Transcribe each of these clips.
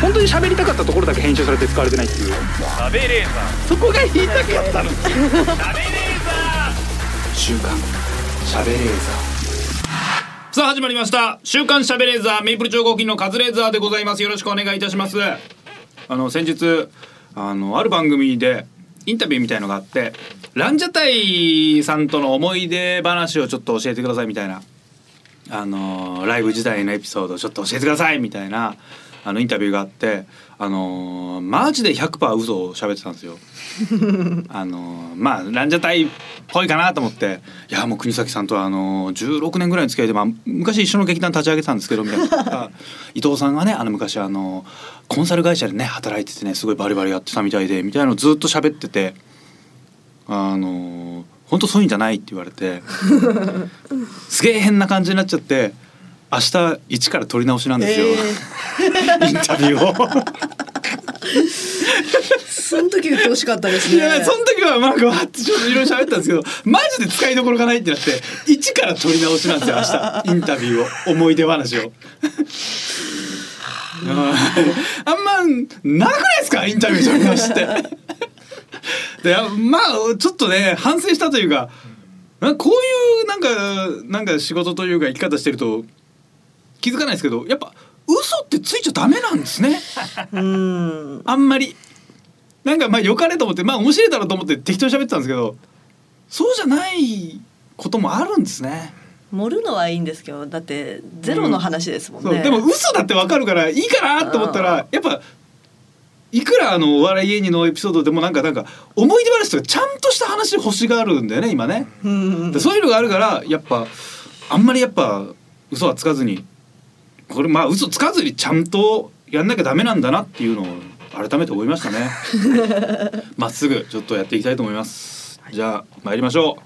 本当に喋りたかったところだけ編集されて使われてないっていう食べレーザそこが言いたかったのー食べレーザ週刊喋れーさあ始まりました「週刊しゃべレーザーメイプル超合金のカズレーザー」でございますよろしくお願いいたしますあの先日あのある番組でインタビューみたいのがあってランジャタイさんとの思い出話をちょっと教えてくださいみたいなあのライブ時代のエピソードをちょっと教えてくださいみたいなあのインタビューがあってあのマジで100%嘘を喋ってたんですよ。あのまあランジャタイっぽいかなと思っていやもう国崎さんとはあの16年ぐらいの付き合いで、まあ、昔一緒の劇団立ち上げてたんですけどみたいなこととか伊藤さんがねあの昔あのコンサル会社でね働いててねすごいバリバリやってたみたいでみたいなのをずっと喋っててあの本当そういうんじゃないって言われてすげえ変な感じになっちゃって明日一から撮り直しなんですよ、 インタビューを。その時言ってほしかったですねいやその時はなんかわーってちょっといろいろ喋ったんですけどマジで使いどころがないってなって一から取り直しなんですよ明日インタビューを思い出話を。 あんま長くないですかインタビュー取り直しって。 であまあちょっとね反省したというかなんかこういうなんかなんか仕事というか生き方してると気づかないですけどやっぱ嘘ってついちゃダメなんですね。うんあんまりなんかまあ良かれと思ってまあ面白いだろうと思って適当に喋ってたんですけどそうじゃないこともあるんですね。盛るのはいいんですけどだってゼロの話ですもんね、そうでも嘘だってわかるからいいかなと思ったらやっぱいくらあのお笑い芸人のエピソードでもなんかなんか思い出話とかちゃんとした話星があるんだよね今ね。うんでそういうのがあるからやっぱあんまりやっぱ嘘はつかずにこれまあ嘘つかずにちゃんとやんなきゃダメなんだなっていうのを改めて思いました ねまっすぐちょっとやっていきたいと思いますじゃあ参りましょう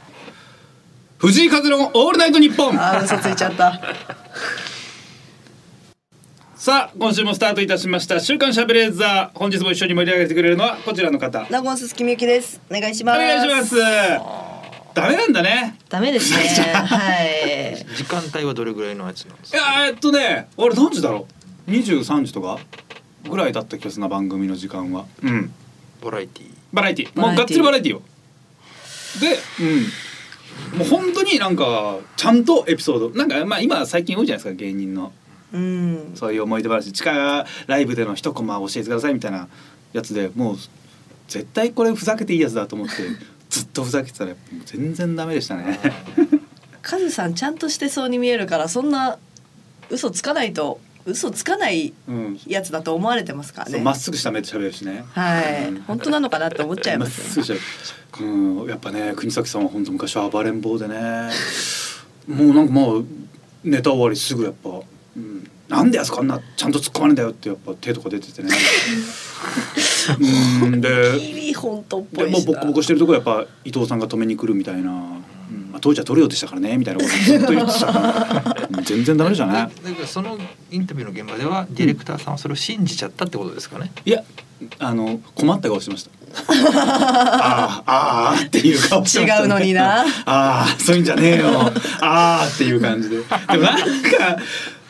藤井風のオールナイトニッポンあー嘘ついちゃったさあ今週もスタートいたしました週刊しゃべれーザー本日も一緒に盛り上げてくれるのはこちらの方名古屋鈴木みゆきですお願いしおます願いしますダメなんだねダ メですねはい時間帯はどれぐらいのやつなんですいかやえっとね俺何時だろう23時とかぐらいだった気がするな番組の時間はうんボラエティバラエティバもうラエテがィっつりバラエティよでうんもう本当になんかちゃんとエピソードなんかまあ今最近多いじゃないですか芸人のうんそういう思い出話地下ライブでの一コマ教えてくださいみたいなやつでもう絶対これふざけていいやつだ と思ってずっとふざけてたらやっぱもう全然ダメでしたねカズさんちゃんとしてそうに見えるからそんな嘘つかないと嘘つかない うんやつだと思われてますからそうねまっすぐした目で喋るしねはい、うん本当なのかなって思っちゃいますまっすぐじゃうん、やっぱね国崎さんは本当昔は暴れん坊でねもうなんかまあネタ終わりすぐやっぱ、うん、なんであそこあんなちゃんと突っ込まれんだよってやっぱ手とか出て てねうんでギリ本当っぽでいしもなうボコボコしてるとこやっぱ伊藤さんが止めに来るみたいな、うんまあ、当時は取るようでしたからねみたいなことずっと言ってたからうん全然ダメじゃないだだからそのインタビューの現場ではディレクターさんはそれを信じちゃったってことですかね、いやあの困った顔して ましたああああっていう顔してました、違うのになああそういうんじゃねえよああっていう感じででもなんか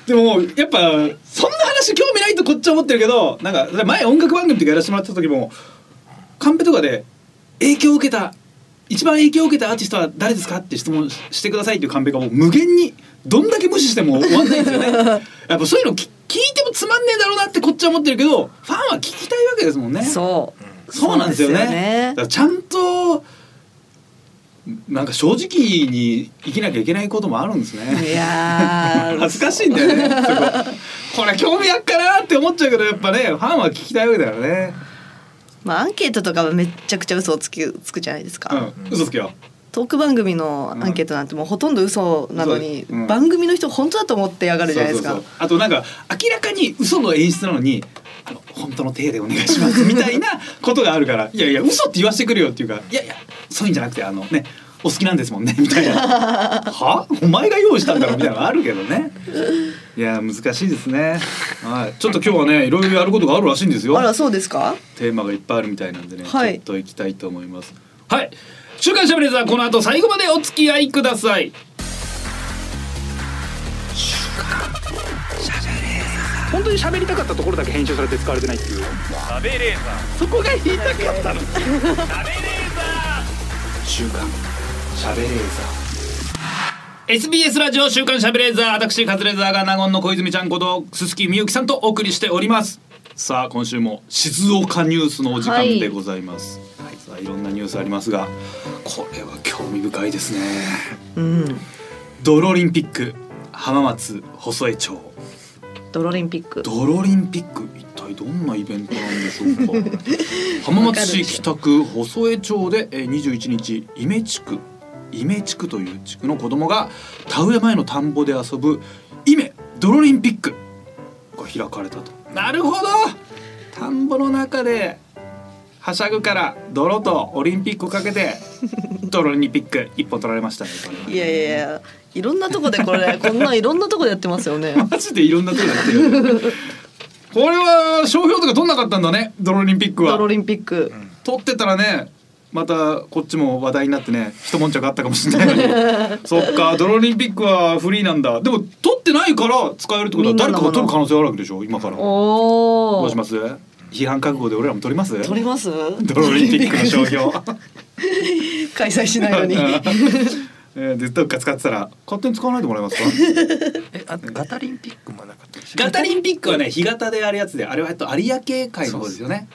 でもやっぱそんな話興味ないとこっちは思ってるけどなんか前音楽番組とかやらせてもらってた時もカンペとかで影響を受けた一番影響を受けたアーティストは誰ですかって質問してくださいっていうカンペがもう無限にどんだけ無視しても終わんないんですよ ねやっぱそういうのき聞いてもつまんねえだろうなってこっちは思ってるけどファンは聞きたいわけですもんねそううそうなんですよねそうですよねだからちゃんとなんか正直に生きなきゃいけないこともあるんですいねやー恥ずかしいんだ よねそここれ興味あっかなって思っちゃうけどやっぱねファンは聞きたいわけだよねまあアンケートとかはめちゃくちゃ嘘をつくつくじゃないですか、うん嘘つけよトーク番組のアンケートなんてもうほとんど嘘なのに、うん番組の人本当だと思ってやがるじゃないですかそうそうそうあとなんか明らかに嘘の演出なのにあの本当の体でお願いしますみたいなことがあるからいやいや嘘って言わせてくるよっていうかいやいやそういうんじゃなくてあのねお好きなんですもんねみ たいなはお前が用意したんだろみたいなのあるけどねいや難しいですねはいちょっと今日はねいろいろやることがあるらしいんですよあらそうですかテーマがいっぱいあるみたいなんでね、はいちょっと行きたいと思いますはい週刊しゃべれーザーこの後最後までお付き合いください本当に喋りたかったところだけ編集されて使われてないっていう食べレーザーそこが言いたかったの食べレーザ週刊喋れーザ SBS ラジオ週刊シャベレーザー私カズレーザーが納言の小泉ちゃんこと鈴木みゆきさんとお送りしておりますさあ今週も静岡ニュースのお時間でございます、はいさあいろんなニュースありますがこれは興味深いですねうん。ドロリンピック浜松細江町ドロリンピック。ドロリンピック一体どんなイベントなんでしょうか浜松市北区細江町でえー21日伊目地区伊目地区という地区の子供が田植え前の田んぼで遊ぶ伊目ドロリンピックが開かれたとなるほど田んぼの中ではしゃぐから泥とオリンピックをかけてドロリンピック一本取られましたねこれはいやいやいや、いろんなとこでこ れ、こんないろんなとこでやってますよね。マジでいろんなとこやってるこれは商標とか取んなかったんだねドロリンピックドはロリンピック。取ってたらねまたこっちも話題になってね一悶着あったかもしれないの にそっかドロリンピックはフリーなんだでも取ってないから使えるってことみはんな誰のかが取る可能性あるわけでしょ今からどおお。うします批判覚悟で俺らも取ります取ります。ドロリンピックの商標 開催しないのに。 えーずっとうっか使ってたら勝手に使わないでもらえますかえあとガタリンピックもなかったでしょガタリンピックはね干潟であるやつであれはえっと有明海の方ですよね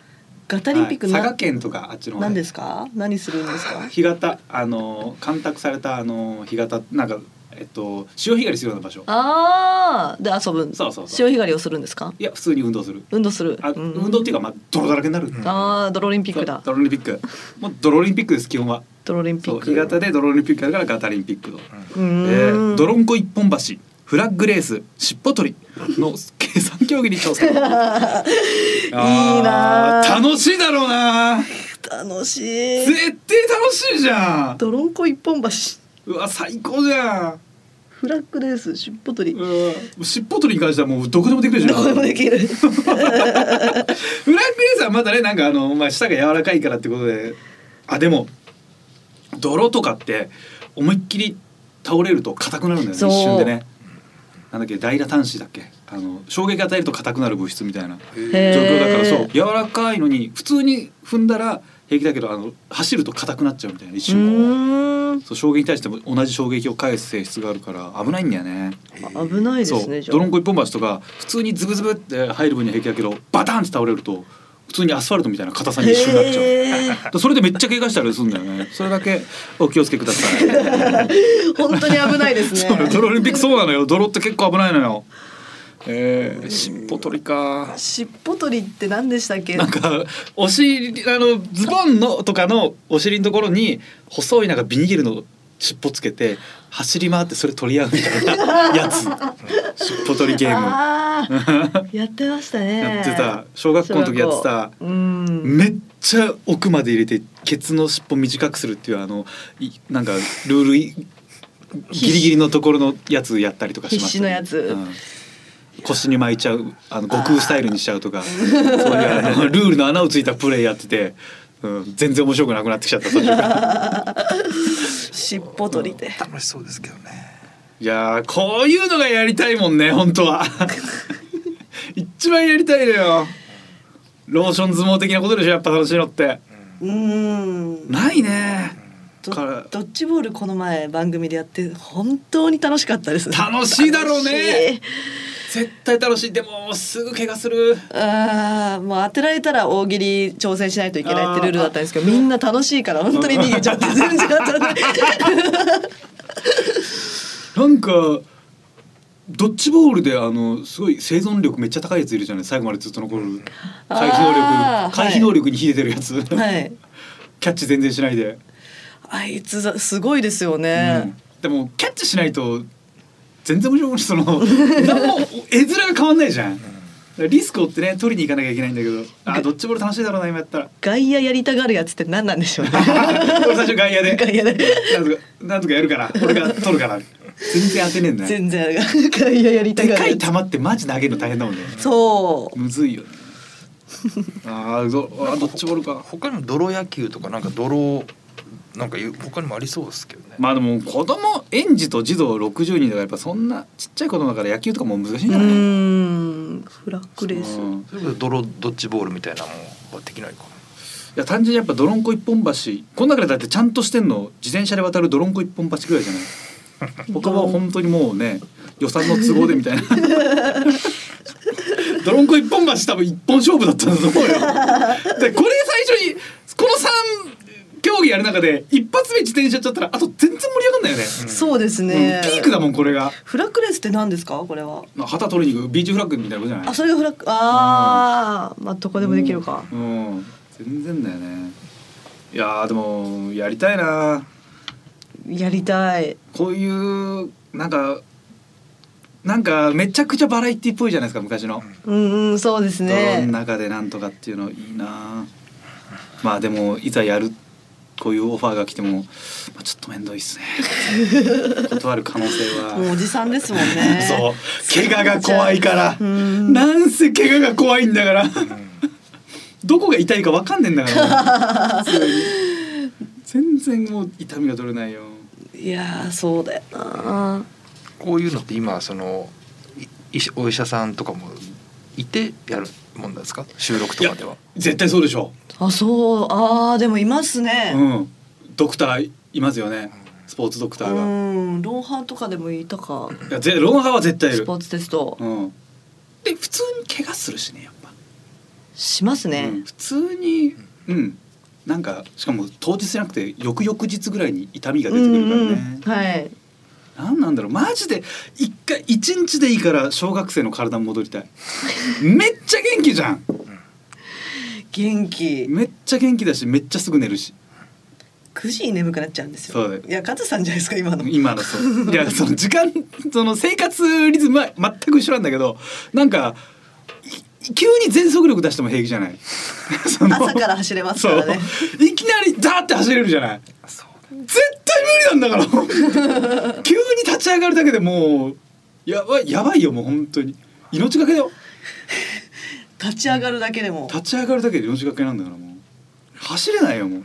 ガタリンピックはい佐な賀。県とかあっちの方何ですか。何するんですか。干潟あの干拓されたあの干潟なんかえっと潮干狩りするような場所ああ、で遊ぶん。そうそうそう潮干狩りをするんですか。いや普通に運動する運動する。あ、うん運動っていうかまあ泥だらけになる、んああ、ドロリンピックだ。ドロリンピックもうドロリンピックです基本はドロリンピそうッ干ク。潟でドロリンピックだからガタリンピックの、うえーー、ん。ドロンコ一本橋フラッグレース尻尾取りの 計算競技に 挑戦いいなー楽しいだろうな楽しい。絶対楽しいじゃんドロンコ一本橋。うわ最高じゃんフラッグレース、尻尾取り。うん尻尾取りに関してはもうどこでもできるじゃんどこでもでき る。フランクレーザーはまだねなんかあの、まあ、舌が柔らかいからってことであでも泥とかって思いっきり倒れると硬くなるんだよねそう一瞬でねなんだっけダイラ端子だっけあの衝撃与えると硬くなる物質みたいな状へー況だからそう柔らかいのに普通に踏んだら平気だけどあの走ると硬くなっちゃうみたいな一う瞬ーん。そう衝撃に対しても同じ衝撃を返す性質があるから危ないんだよね。あ危ないですね。そじうゃあドロンコ一本橋とか普通にズブズブって入る分には平気だけどバタンって倒れると普通にアスファルトみたいな硬さに一瞬なっちゃう。へーだからそれでめっちゃ怪我したりするんだよね。それだけお気をつけくだ さい。本当に危ないですね そう。ねドロリンピックそうなのよ。泥って結構危ないのよ。えー、尻尾取りか。尻尾取りって何でしたっけなんかお尻あのズボンのとかのお尻のところに細いなんかビニールの尻尾つけて走り回ってそれ取り合うみたいなや つ。尻尾取りゲーム。あ ーやってましたねやってた小学校の時やってたうんめっちゃ奥まで入れてケツの尻尾短くするっていうあのいなんかルールいギリギリのところのやつやったりとかしました、必死のやつうん腰に巻いちゃうあの悟空スタイルにしちゃうとかそういうあのルールの穴をついたプレーやってて、うん、全然面白くなくなってきちゃった途中か ら尻尾取りで楽しそうですけどねいやーこういうのがやりたいもんね本当 は一番やりたいのよローション相撲的なことでしょやっぱ楽しいのってうんないねドからドッジボールこの前番組でやって本当に楽しかったです楽しいだろうね楽しい絶対楽しいでもすぐ怪我するあーもう当てられたら大喜利挑戦しないといけないってルールだったんですけどみんな楽しいから本当に逃げちゃって全然当たらないなんかドッジボールであのすごい生存力めっちゃ高いやついるじゃない最後までずっと残る回避能力あー回避能力に秀でてるやつ、 はいキャッチ全然しないで、あいつざすごいですようねん、でもキャッチしないと全然面白くないその何も絵面が変わんないじゃん、だからリスクを負ってね取りに行かなきゃいけないんだけどあードッジボール楽しいだろうな今やったら 外野やりたがるやつって何なんでしょうね俺最初外野で外野でなんとかなんとかやるから俺が取るから全然当てねえんだよ全然外野やりたでがかるい球ってマジ投げるの大変だもんねそうむずいよねあーどあどっちボールか他にも泥野球とかなんか泥なんかいう他にもありそうですけどね、まあでも子供園児と児童60人だからやっぱそんなちっちゃい子供だから野球とかも難しいんうじゃないーんうんフラッグレースうんそれこそ泥ドッジボールみたいなのもはできないかいや単純にやっぱ泥んこ一本橋この中でだってちゃんとしてんの自転車で渡る泥んこ一本橋ぐらいじゃ ない他は本当にもうね予算の都合でみ たいな泥んこ一本橋多分一本勝負だったんだと思うよでこれ最初にこの3競技やる中で一発目自転車やっちゃったらあと全然盛り上がんないよね、そうですね、うんピークだもんこれがフラッグレースって何ですかこれはな旗取りに行くビーチフラッグみたいなことじゃないあそれがフラッグああまあどこでもできるか、うん、うん全然だよねいやーでもやりたいなやりたいこういうなんかなんかめちゃくちゃバラエティっぽいじゃないですか昔の、うんうんそうです泥のね中でなんとかっていうのいいなまあでもいざやるこういうオファーが来ても、まあ、ちょっと面倒いっ すね断る可能性はもうおじさんですもんね そう怪我が怖いからうんなんせ怪我が怖いんだからどこが痛いかわかんねえんだ からもう普通に全然もう痛みが取れないよいやーそうだよなこういうのって今そのい医師お医者さんとかもいてやるもんなんですか収録とかでは絶対そうでしょあそうあーでもいますねうん、ドクターいますよねスポーツドクタうーが、いんロンハーとかでもいたかやぜロンハーは絶対いスるポ、ーツテストうん、で普通に怪我するしねやっぱ、しますね、うん普通にうんなんかしかも当日じゃなくて翌々日ぐらいに痛みが出てくるからね、うんうんはいなんなんだろうマジで一回一日でいいから小学生の体に戻りたいめっちゃ元気じゃん元気めっちゃ元気だしめっちゃすぐ寝るし9時に眠くなっちゃうんですよそうだよいやカズさんじゃないですか今の今のそういやその時間その生活リズムは全く一緒なんだけどなんかい急に全速力出しても平気じゃない その朝から走れますからねそういきなりザーって走れるじゃない絶対無理なんだから急に立ち上がるだけでもうやばいやばいよもう本当に命がけだよ立ち上がるだけでも立ち上がるだけで命がけなんだからもう走れないよもう、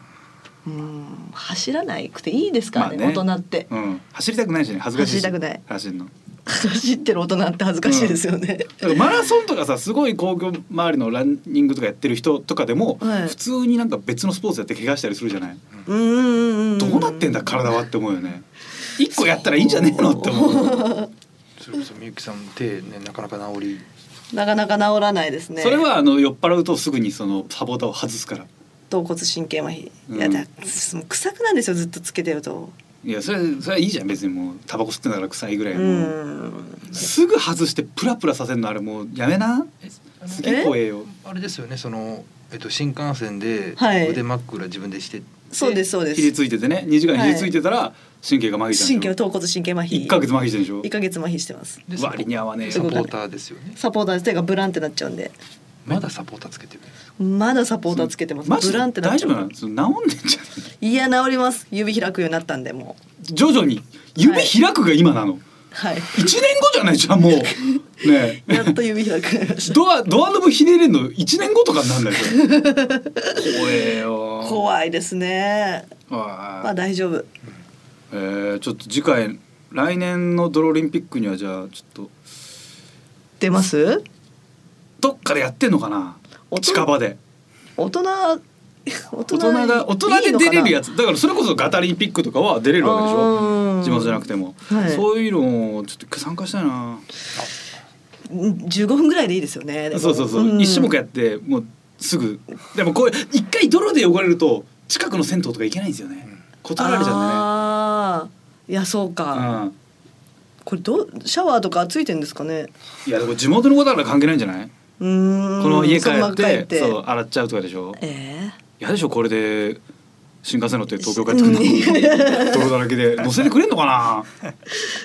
うん走らなくていいですからね,、まあね大人ってうん、走りたくないしね恥ずかしいし走りたくない走るの走ってる大人って恥ずかしいですよね、だからマラソンとかさすごい皇居周りのランニングとかやってる人とかでも、はい普通になんか別のスポーツやって怪我したりするじゃない、うん、うんうんうんどうなってんだ体はって思うよね一個やったらいいんじゃねえのって思うそれこそみゆきさん手ねなかなか治りなかなか治らないですねそれはあの酔っ払うとすぐにそのサポーターを外すから橈骨神経麻痺、うんいやだもう臭くなんですよずっとつけてるといやそれそれはいいじゃん別にもうタバコ吸ってんだから臭いぐらういはもう、んすぐ外してプラプラさせるのあれもうやめなすげえ怖えよあれですよねその、えっと、新幹線ではい腕真っ暗自分でして、そうですそうでひりすついててね2時間はいひりついてたら神経が麻痺した神んで経しょ橈骨神経麻痺1ヶ月麻痺してんでしょ一ヶ月麻痺してますで割に合わねえサポよーターですよねサポーター手がブランってなっちゃうんでまだサポーターつけてるんですかまだサポーターつけてますマジブでランってなっ大ちゃ丈う夫なのその治んでんじゃんいや治ります指開くようになったんでもう徐々に指開くが今なの、はい1年後じゃないじ ゃんもうねえやっと指 開くようになりましたドアドアノブひねれんの1年後とかになんだよそれ怖えよ怖いですねまはあい大丈夫えー、ちょっと次回来年のドロリンピックにはじゃあちょっと出ますどっかでやってんのかな大人近場で大人大大人が大人で出れるやつつだからそれこそガタリンピックとかは出れるわけでしうょん地元じゃなくても、はいそういうのをちょっと参加したいな15分ぐらいでいいですよねでもそうそうそう、ん一種目やってもうすぐでもこれ一回泥で汚れると近くの銭湯とか行けないんですよね断られちゃうんあーいやそうだか、ね、うん、これどうシャワーとかついてんですかねいやでも地元のことだから関係ないんじゃない、うーんこの家帰そのまっまて帰ってそう洗っちゃうとかでしょえ嫌でしょこれで新幹線乗って東京帰ってくるの 泥だらけで乗せてくれんの かな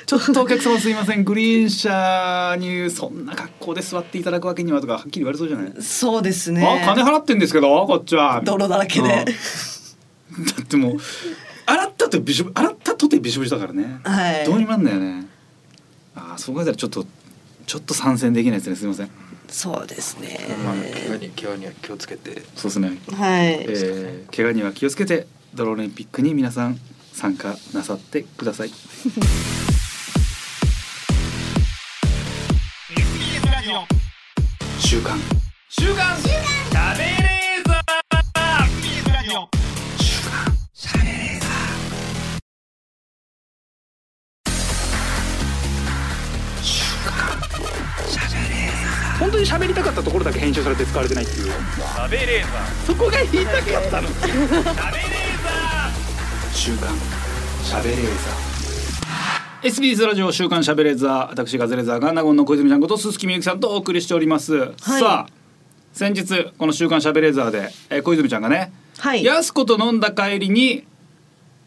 ちょっとお客様すいませんグリーン車にそんな格好で座っていただくわけにはとかはっきり言われそうじゃないー、そうですねあ金払ってんですけどこっちは泥だらけでうんだってもう洗ったとびしょ洗ったとてびしょびしょだからね、はいどうにもなんだよねああそう考えたらちょっとちょっと参戦できないですねすいませんそうですねまあ怪我に怪我には気をつけてそうですね、はい、えー、怪我には気をつけてドローリンピックに皆さん参加なさってください TBS ラジオ週刊週刊週刊食べレーザー TBS ラジオ本当に喋りたかったところだけ編集されて使われてないっていう食べレーザーそこが言いたかったの食べレーザ週刊喋れーザ SBS ラジオ週刊しゃべれザー私ガズレーザーが名古屋の小泉ちゃんこと鈴木みゆきさんとお送りしております、さあ先日この「週刊しゃべれザーで」えー小泉ちゃんがね、はいやす子と飲んだ帰りに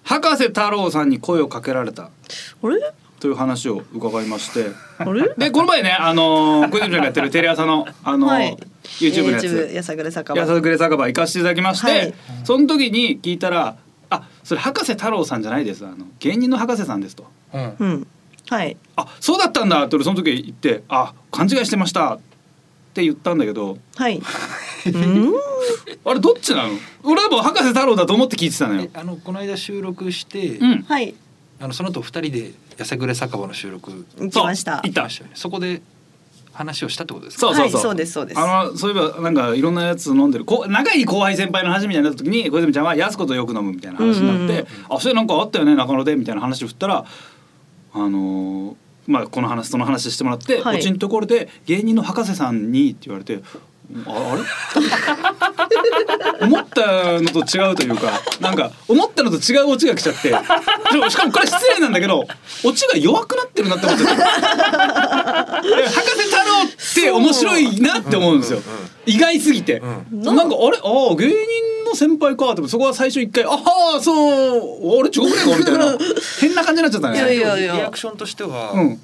博士太郎さんに声をかけられたあれという話を伺いましてあれでこの前ね、あのー小泉ちゃんがやってるテレ朝の、 あのーはい YouTube のやつ YouTube やさぐれ酒場やさぐれ酒場行かせていただきまして、はいその時に聞いたら「あそれ博士太郎さんじゃないですあの芸人の博士さんです」と。うんうんはいあそうだったんだって俺その時言ってあ勘違いしてましたって言ったんだけどはいうーんあれどっちなの俺はもう博士太郎だと思って聞いてたのよえ。あのこの間収録して、うん、はいあのその後二人でやさぐれ酒場の収録行行きそうました行っきたましたよねそこで話をしたってことですかそうそうそう、はいそうですそうですあのそういえばなんかいろんなやつ飲んでるこう仲いい後輩先輩の話みたいになった時に小泉ちゃんは「やす子とよく飲む」みたいな話になって「うんあそれなんかあったよね中野で」みたいな話を振ったらあのーまあこの話その話してもらって、はいこっちのところで「芸人の博士さんに」って言われて「ああれ思ったのと違うというかなんか思ったのと違うオチが来ちゃってでもしかもこれ失礼なんだけどオチが弱くなってるなって思っちゃ った。え博士太郎って面白いなって思うんですよ、意外すぎて、うなんかあれああ芸人の先輩かってそこは最初一回「ああそうあれ違くねえか」みたい な変な感じになっちゃったいやいねやいリアやクションとしては、うん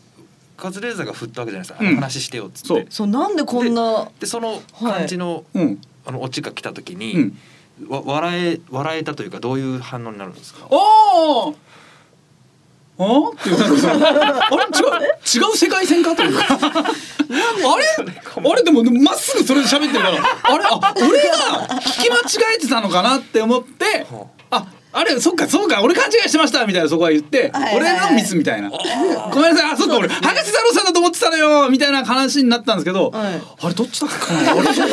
カズレーザーが振ったわけじゃないですか、うん話してよっつってそうそうなんでこんなでその感じの、うんあのオチが来た時に、うんわ笑え笑えたというかどういう反応になるんですかああああっていうなんかそのあれ違う違う世界線かというかあれあれでもまっすぐそれで喋ってるからあれあ俺が聞き間違えてたのかなって思ってはああれそっかそうか俺勘違いしてましたみたいなそこは言って、はいはいはい俺のミスみたいなごめんなさいあそっか俺博士太郎さんだと思ってたのよみたいな話になったんですけど、はいあれどっちだっけかな俺そこ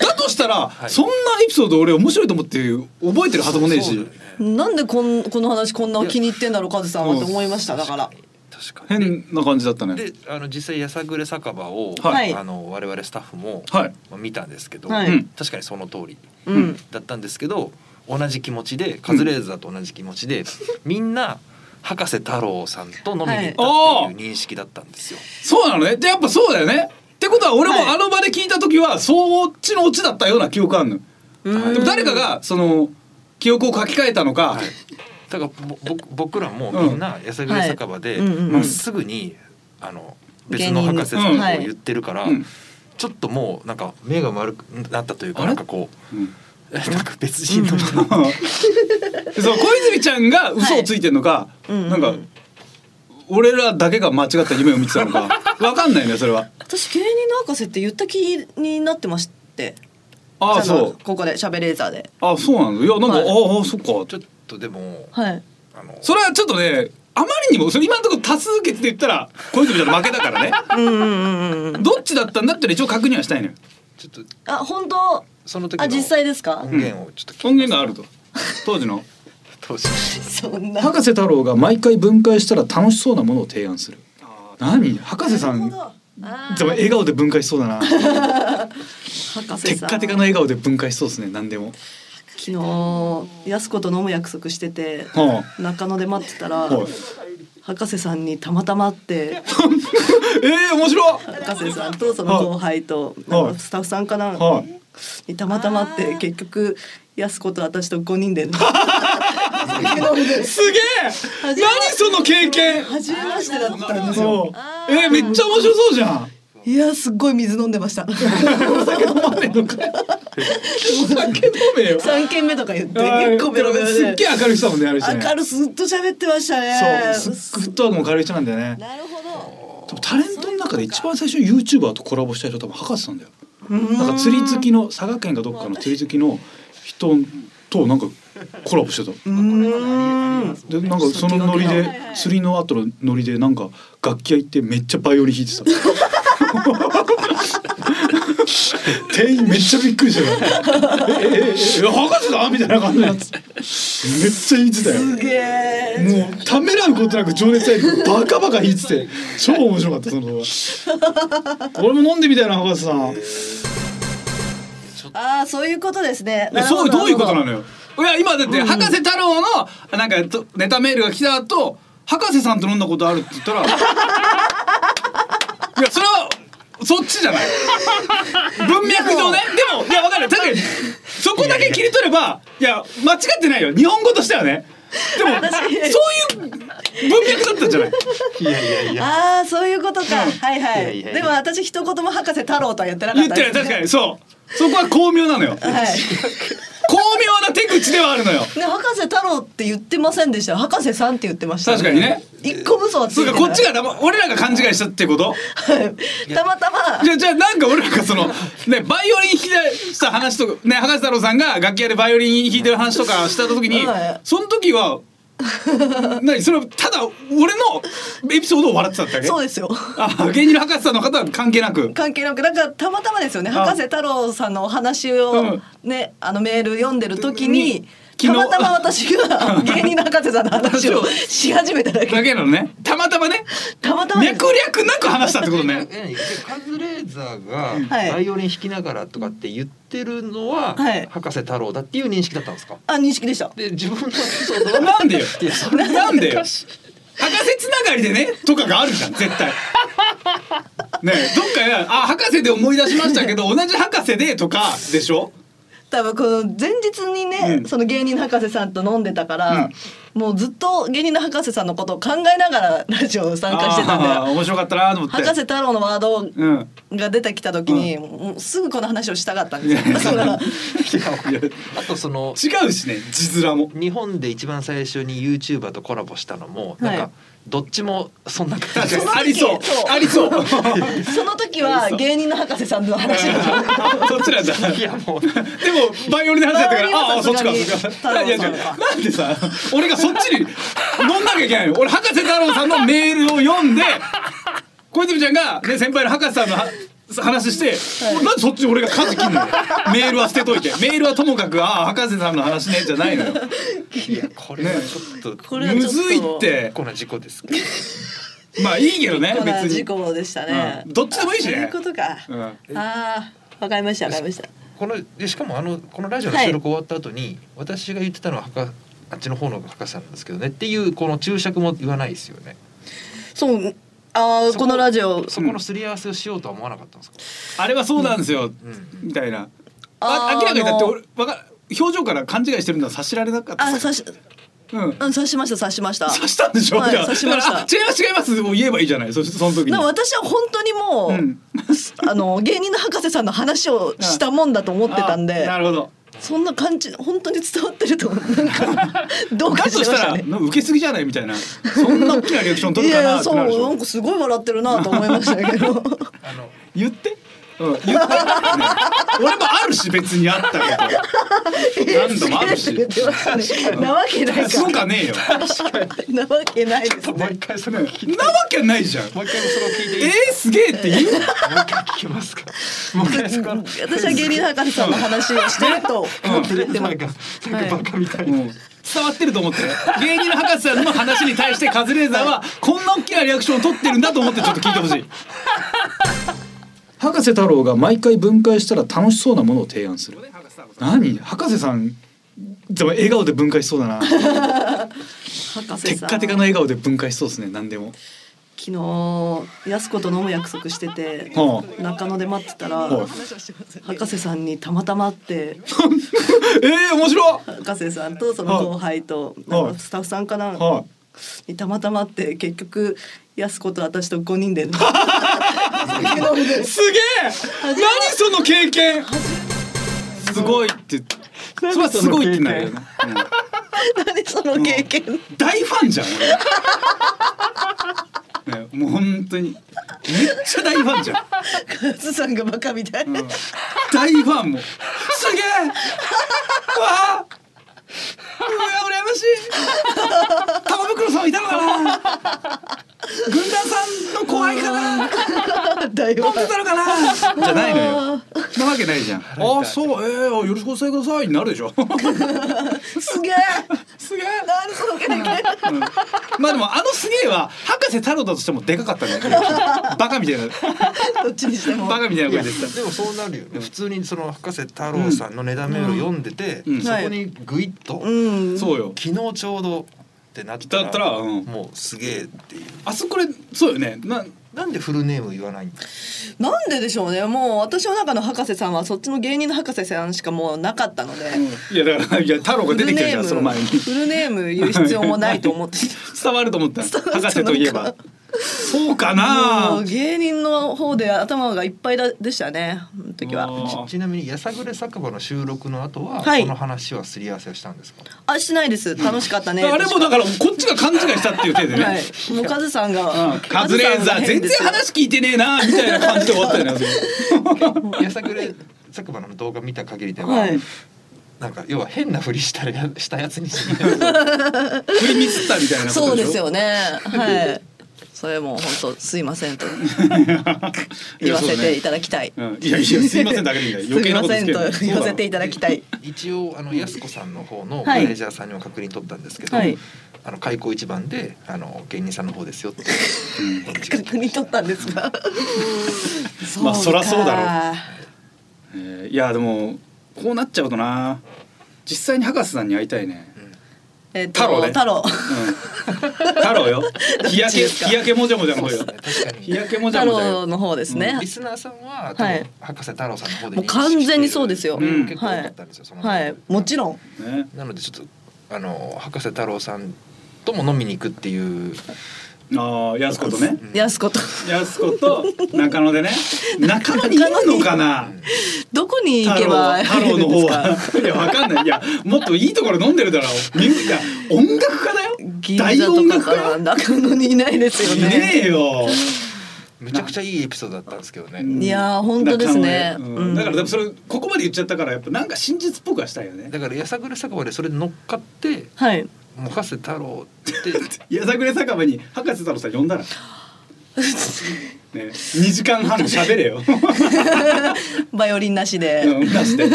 だとしたら、いそんなエピソード俺面白いと思って覚えてるはずもねえし。そうだよねなんでこんこの話こんな気に入ってんだろうカズさんはって思いましただから確かに変な感じだったね。であの実際やさぐれ酒場を、はいあの我々スタッフも、はいまあ見たんですけど、はい確かにその通りうんだったんですけど同じ気持ちでカズレーザーと同じ気持ちで、 みんな博士太郎さんと飲みに行ったっていう認識だったんですよ。そうなのね。でやっぱそうだよね。ってことは俺はいもあの場で聞いた時はそっちのオチだったような記憶あんの。うんでも誰かがその記憶を書き換えたのか。はいだからぼ僕僕らもみんなやさぐれ酒場ではいうんうんうんまっすぐにあの別の博士さ芸人んにをはい言ってるから、うんちょっともうなんか目が丸くなったというあかれなんかこう。うん えなんか別人の人うんそう小泉ちゃんが嘘をついてんのか、うんうんなんか俺らだけが間違った夢を見てたの かわかんないねそれは。私芸人の博士って言った気になってましてああそのそう。ここでしゃべレーザーであそうなの。いやなんか、はいああそっか。ちょっとでもはいあのそれはちょっとねあまりにもそれ今のところ多数決で言ったら小泉ちゃんの負けだから ね。うんうんうんうんどっちだったんだってのは一応確認はしたいのよ。ちょっと あ本当その時のあ実際ですか音源をちょっと音源があると。当時の当時そんな博士太郎が毎回分解したら楽しそうなものを提案する。何博士さん。でなるもほどあー笑顔で分解しそうだな。博テ士ッさんカテカの笑顔で分解しそうですね。何でも。昨日安子と飲む約束してては中野で待って たあ。らはい。博士さんにたまたま会 ってええ面白い。博士さんとその後輩とはいなんかスタッフさんかなはい。にたまたま会って結局安子と私と5人 で酒飲んですげえ。何その経験。初めましてだったんですそよう。えー、めっちゃ面白そうじゃん。いやすっごい水飲んでましたお酒飲まねえの かよ。お酒飲めよ。三軒目とか言ってはい結構ベロベロすっげえで明るい人だもんねあれ人ね明るすっと喋ってましたねそうすっごいフットワークも軽い人なんだよねなるほどでもタレントの中で一番最初に YouTuber とコラボした人多分博士さんだよなんか釣り好きの佐賀県かどっかの釣り好きの人となんかコラボしてたうーんでなんかそのノリはいで釣りの後のノリでなんか楽器屋行ってめっちゃバイオリン弾いてた店員めっちゃびっくりしてるええええ博士だみたいな感じのやつめっちゃ言ってたよすげえもうためらうことなく情熱大陸バカバカ言ってて超面白かったその動画俺も飲んでみたいな博士さんああそういうことですねなるほそうどういうことなのよよいや今だって博士太郎のなんかとネタメールが来た後博士さんと飲んだことあるって言ったらいやそれはそっちじゃない文脈上ねでもいや分かる確かにそこだけ切り取ればいや間違ってないよ日本語としてはねでもそういう文脈だったんじゃないいやいやいやああそういうことかはいはいいやいやいやでも私一言も博士太郎とはやってなか 言っったてるです、ね、確かにそうそこは巧妙なのよ巧はい妙な手口ではあるのよね、博士太郎って言ってませんでした博士さんって言ってました、確かにね一個も嘘はついそうてかないこっちがだま俺らが勘違いしたってことはい たまたまじゃあじゃあなんか俺なんかそのねバイオリン弾いたした話とかね博士太郎さんが楽器屋でバイオリン弾いてる話とかした時にはいその時は何それはただ俺のエピソードを笑ってたってだけそうですよあ芸人の博士さんの方は関係なく関係なくなんかたまたまですよね博士太郎さんのお話をね、あのメール読んでる時に昨た日またま私 が芸人の博士さんの話をし始めただけだけなのねたまたまねたまたまです脈略なく話したってことねえカズレーザーがはいバイオリン弾きながらとかって言ってるのは、はい博士太郎だっていう認識だったんですかあ認識でしたで自分のエピソードはなんでよいやそれなんでよか博士しつながりでねとかがあるじゃん絶対ねえどっかやあ博士で思い出しましたけど同じ博士でとかでしょ多分この前日にね、うんその芸人の博士さんと飲んでたから、もうずっと芸人の博士さんのことを考えながらラジオ参加してたんあーで面白かったなと思って博士太郎のワードうんが出てきた時に、もうすぐこの話をしたかったんですいよやだからいやあとその違うしね字面も日本で一番最初に YouTuber とコラボしたのも、はいなんかどっちもそんな感確じかがにその時ありそうそうありそうその時は芸人の博士さんの話だ ったそっちなんだいやもうでもバイオリンの話だったからバイオリンはああそっちかさすそっちがに太かい郎さんや違うなんでさ俺がそっちに飲んなきゃいけないの俺博士太郎さんのメールを読んで小泉ちゃんが、ね、先輩の博士さんのは話して、なんでそっちに俺が数切んのよメールは捨てといてメールはともかくああ博士さんの話ねじゃないのよいやこれはちょっとこれはちょっむとずいって結構な事故ですけどまあいいけどねこんな別事に故でしたね、うんどっちでもいいしねあそういうことか、うんああーわかりましたわかりましたこのでしかもあのこのラジオの収録終わった後に、私が言ってたのは博あっちの方の博士なんですけどねっていうこの注釈も言わないですよねそうああそこのラジオそこのすり合わせをしようとは思わなかったんですか、あれはそうなんですよ、うんみたいな。あーあ明らかにだあっての俺わか表情から勘違いしてるのは察しられなかったあです刺しか。うん。うん刺しました刺しました察したんでしょ。はいじゃあ察しましただからあ違います違いますもう言えばいいじゃない。そその時でにも。私は本当にもう、うん あの芸人の博士さんの話をしたもんだと思ってたんあでなるほど。そんな感じ本当に伝わってるとなんかど うだとかしてしましたたらね。なんか受けすぎじゃないみたいな。そんな大きなリアクションい取るかやいなやってそうなるでしなょん。かすごい笑ってるなと思いましたけどあの言って。うん、言って、ね俺もあるし別にあったけど何度もあるし言ってましたねなわけないすかごかねえよなわけないですね毎回それを聞いてなわけないじゃんもう一回それを聞いていいえもうー、すげえって言う一回聞きますかもう一回そこの私は芸人博士さんの話をしてると思って言ってますなんかなんかバカみたいな、もう伝わってると思って芸人の博士さんの話に対してカズレーザーはこんな大きなリアクションを取ってるんだと思ってちょっと聞いてほしい博士太郎が毎回分解したら楽しそうなものを提案する何博士さんでも笑顔で分解しそうだな博テ士ッさんカテカの笑顔で分解しそうですね何でも昨日安子と飲む約束してては中野で待ってたらはい博士さんにたまたま会ってえー、面白博士さんとその後輩とはいなんかスタッフさんかいなはにたまたま会って結局安子と私と5人で酒飲んでいすげえ何その経験すごいってそれはすごいってなるよね、うん 何その経験大ファンじゃん 俺ねもう本当にめっちゃ大ファンじゃん、カズさんがバカみたいうん大ファンもうすげえうわあうら羨ましい玉袋さんいたのかな軍団さんの後輩かな大飛んでたのかなじゃないのよあーなわけないじゃん。ああそうええー、よろしくお伝えくださいになるでしょ。すげえすげえ。なんでその経 験まあでもあのすげえは博士太郎だとしてもでかかったね。バカみたいなどっちにしてもバカみたいな声でした。でもそうなるよね普通にその博士太郎さんの値段メールを読んでて、うんそこにグイッと、うんそうよ。昨日ちょうどってなったらだったらうんもうすげえっていうあそこれそうよね。ななんでフルネーム言わないんだなんででしょうねもう私の中の博士さんはそっちの芸人の博士さんしかもうなかったので、いやだからいや太郎が出てきたじゃんその前に。フルネーム言う必要もないと思 ってた伝わると思った。博士といえば。そうかもうな。芸人の方で頭がいっぱいだでしたねあの時あーはちちなみにやさぐれ酒場の収録の後は、はいこの話はすり合わせをしたんです かあしないです楽しかったね、あれもだからこっちが勘違いしたっていう手でね。はいもうカズさんが、うんカズレーザー全然話聞いてねえなみたいな感じで終わったよね。やさぐれ酒場の動画見た限りでは、はいなんか要は変なふりしたやしたやつにしてみたいな振りミスったみたいなことでしょ。そうで すよねはいそれも本当すいませんと言わせていただきたいうんいやいやすいませんだけで いいんだよす余計いなこまとですせんけどと言わせていただきたい一応あのやす子さんの方のマはいネージャーさんにも確認取ったんですけど、はいあの開口一番であの芸人さんの方ですよって返事が確認取ったんですがうか まあそらそうだえーいやでもこうなっちゃうとな実際に博士さんに会いたいね、えっと太郎ね太郎 うん、太郎よ日焼けですか日焼けもじゃもじゃの方よ確か日に焼けもじゃ太もじゃよ郎の方ですねリスナーさんはは、い多分博士太郎さんの方でもう完全にそうですよ認識うんしてる結構多かったんですよ、そのはいもちろんねなのでちょっとあの博士太郎さんとも飲みに行くっていうああやすことねやすことやすこと中野でね中野にいるのかなどこに行太け郎ば太いい郎のんで方すかはいやわかんないいやもっといいところ飲んでるだろうミュージいや音楽家だよ銀大座と音か楽家から中野にいないですよいねねえよめちゃくちゃいいエピソードだったんですけどね、いやー本当ですね中野ううんんだからでもそれここまで言っちゃったからやっぱなんか真実っぽくはしたいよねだからやさぐれ酒場でそれに乗っかってはいもう博士太郎ってやさぐれ酒場に博士太郎さん呼んだ らね2時間半喋れよ バイオリンなしで、うん出して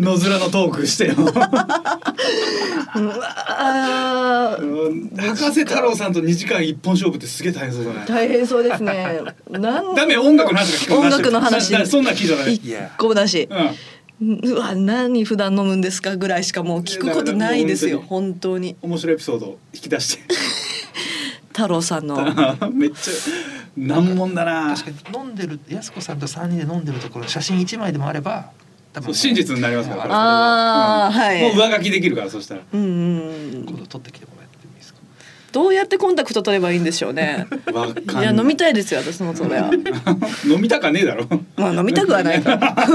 野面のトークしてよあーうん博士太郎さんと2時間一本勝負ってすげえ大変そうだね大変そうですねなんダメ音楽の話が聞こえな音い楽の話だだそんなん聞いちゃダメ一個もなしうんうわ何普段飲むんですかぐらいしかもう聞くことないですよ本当に面白いエピソードを引き出して 太郎さんのめっちゃ難問だな確かに飲んでるやす子さんと3人で飲んでるところの写真1枚でもあればそ多う分真実になりますからこれああはいもう上書きできるからそしたらうんうんうん今度撮ってきてもらってもいいですかどうやってコンタクト取ればいいんでしょうね。わかんいないや飲みたいですよ私もそれは。 飲みたかねえだろまあ飲みたくはないから。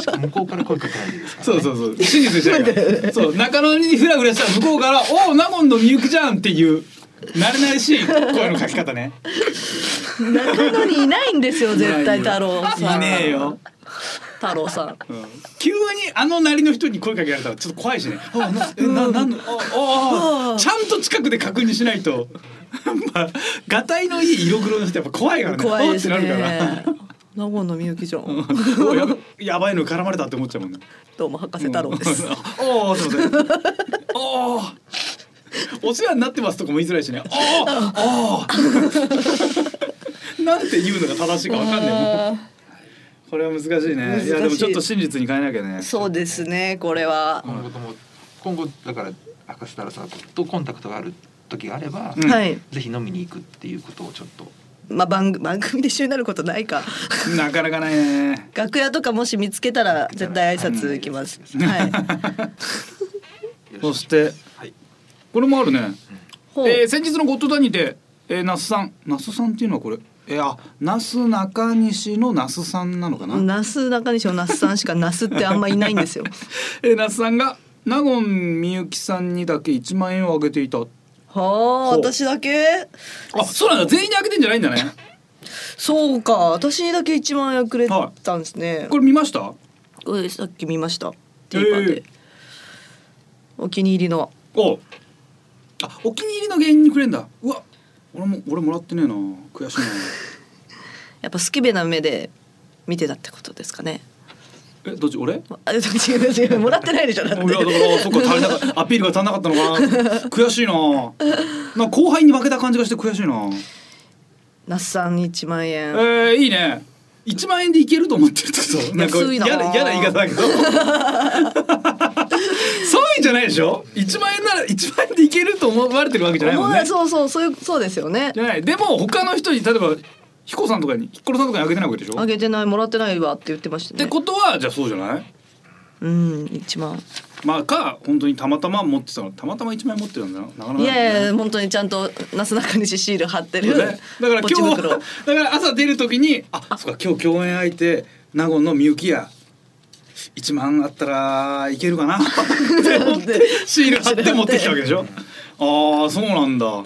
しかも向こうから声かけないでいいですかそうそうそう真実じゃないからそう中野にフラフラしたら向こうから「おお納言のみゆきじゃん」っていう慣れないしい声の書き方ね中野にいないんですよ絶対太郎さん。いねえよ、太郎さん。うん急にあのなりの人に声かけられたらちょっと怖いしねあなえななんのあああちゃんと近くで確認しないとまあがたいのいい色黒の人やっぱ怖いからね怖いですあーってなるからね。名古屋のみゆきじゃん。おやばやばいの絡まれたって思っちゃうもんねどうも博士太郎です。うん。 おお、すみません。おお。お世話になってますとかも言いづらいしね。おお、おお。なんて言うのが正しいかわかんない。あこれは難しいね。難しいいや、でもちょっと真実に変えなきゃねー。そうですねこれは。今後とも今後だから赤瀬太郎さんとコンタクトがある時があれば、うんはい。ぜひ飲みに行くっていうことをちょっとまあ番組番組で一緒になることないか。 なかなかないね。楽屋とかもし見つけたら絶対挨拶行きます。はい。そして、はいこれもあるね。ほうえー先日のゴッドダニーで、えー、那須さん、那須さんっていうのはこれ。えー、あ、那須中西の那須さんなのかな。那須中西の那須さんしか那須ってあんまいないんです よ。えー、那須さんが納言みゆきさんにだけ1万円をあげていた。はあう私だけあ、そうなんだ。全員にあげてんじゃないんだね。そうか私にだけ1万円くれたんですね、これ見ました？これさっき見ましたティーパーで、ええお気に入りのお。あ、お気に入りの芸人にくれんだ。うわ、俺も俺もらってねえな。悔しいな。やっぱ好きべな目で見てたってことですかね。えどっち俺あ、違う違う、もらってないでしょだっ いやだかて。らそっか足りなかったアピールが足んなかったのかな悔しいななんか後輩に負けた感じがして悔しいな那須さん一万円。えー、いいね1万円でいけると思ってるちょっとなんか安い嫌なな嫌な言い方だ けどそういうんじゃないでしょ1万円なら1万円でいけると思われてるわけじゃないもんねおそうそうそういうそうですよねじ。ゃないでも他の人に例えば彦さんとかに彦さんとかにあげてないわけでしょあっげてないもらってないわって言ってましたね。てことはじゃあそうじゃないうん一万。まあか本当にたまたま持ってたのたまたま1万円持ってたんだななかなかいやいやね本当にちゃんとなすなかにしシール貼ってそる。うねだから今ポチ日は袋だから朝出る時にあそっか今日共演相手名護のみゆきや1万あったらいけるかなって思ってシール貼って持ってきたわけでしょああそうなんだ、ま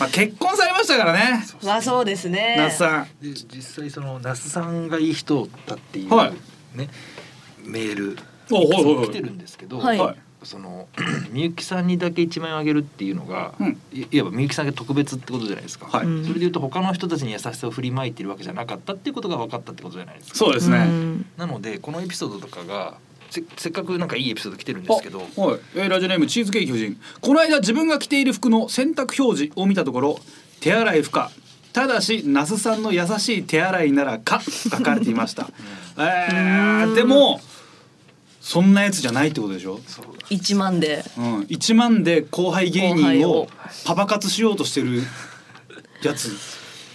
あ、結婚されましたからね まあそうですね。那須さんで実際その那須さんがいい人だっていう、はいねメールおはいはいはい来てるんですけど、はいその みゆきさんにだけ1万円あげるっていうのが、うんいいわばみゆきさんが特別ってことじゃないですか、はいうんそれでいうと他の人たちに優しさを振りまいてるわけじゃなかったっていうことが分かったってことじゃないですか。そうですうねんなのでこのエピソードとかがせせっかくなんかいいエピソード来てるんですけどあはい、えーラジオネームチーズケーキ夫人この間自分が着ている服の選択表示を見たところ手洗い不可ただし那須さんの優しい手洗いならかと書かれていま した、えー、でもそんなやつじゃないってことでしょ、そう一万で。うん、1万で後輩芸後輩人ををパパ活しようとしてるやつ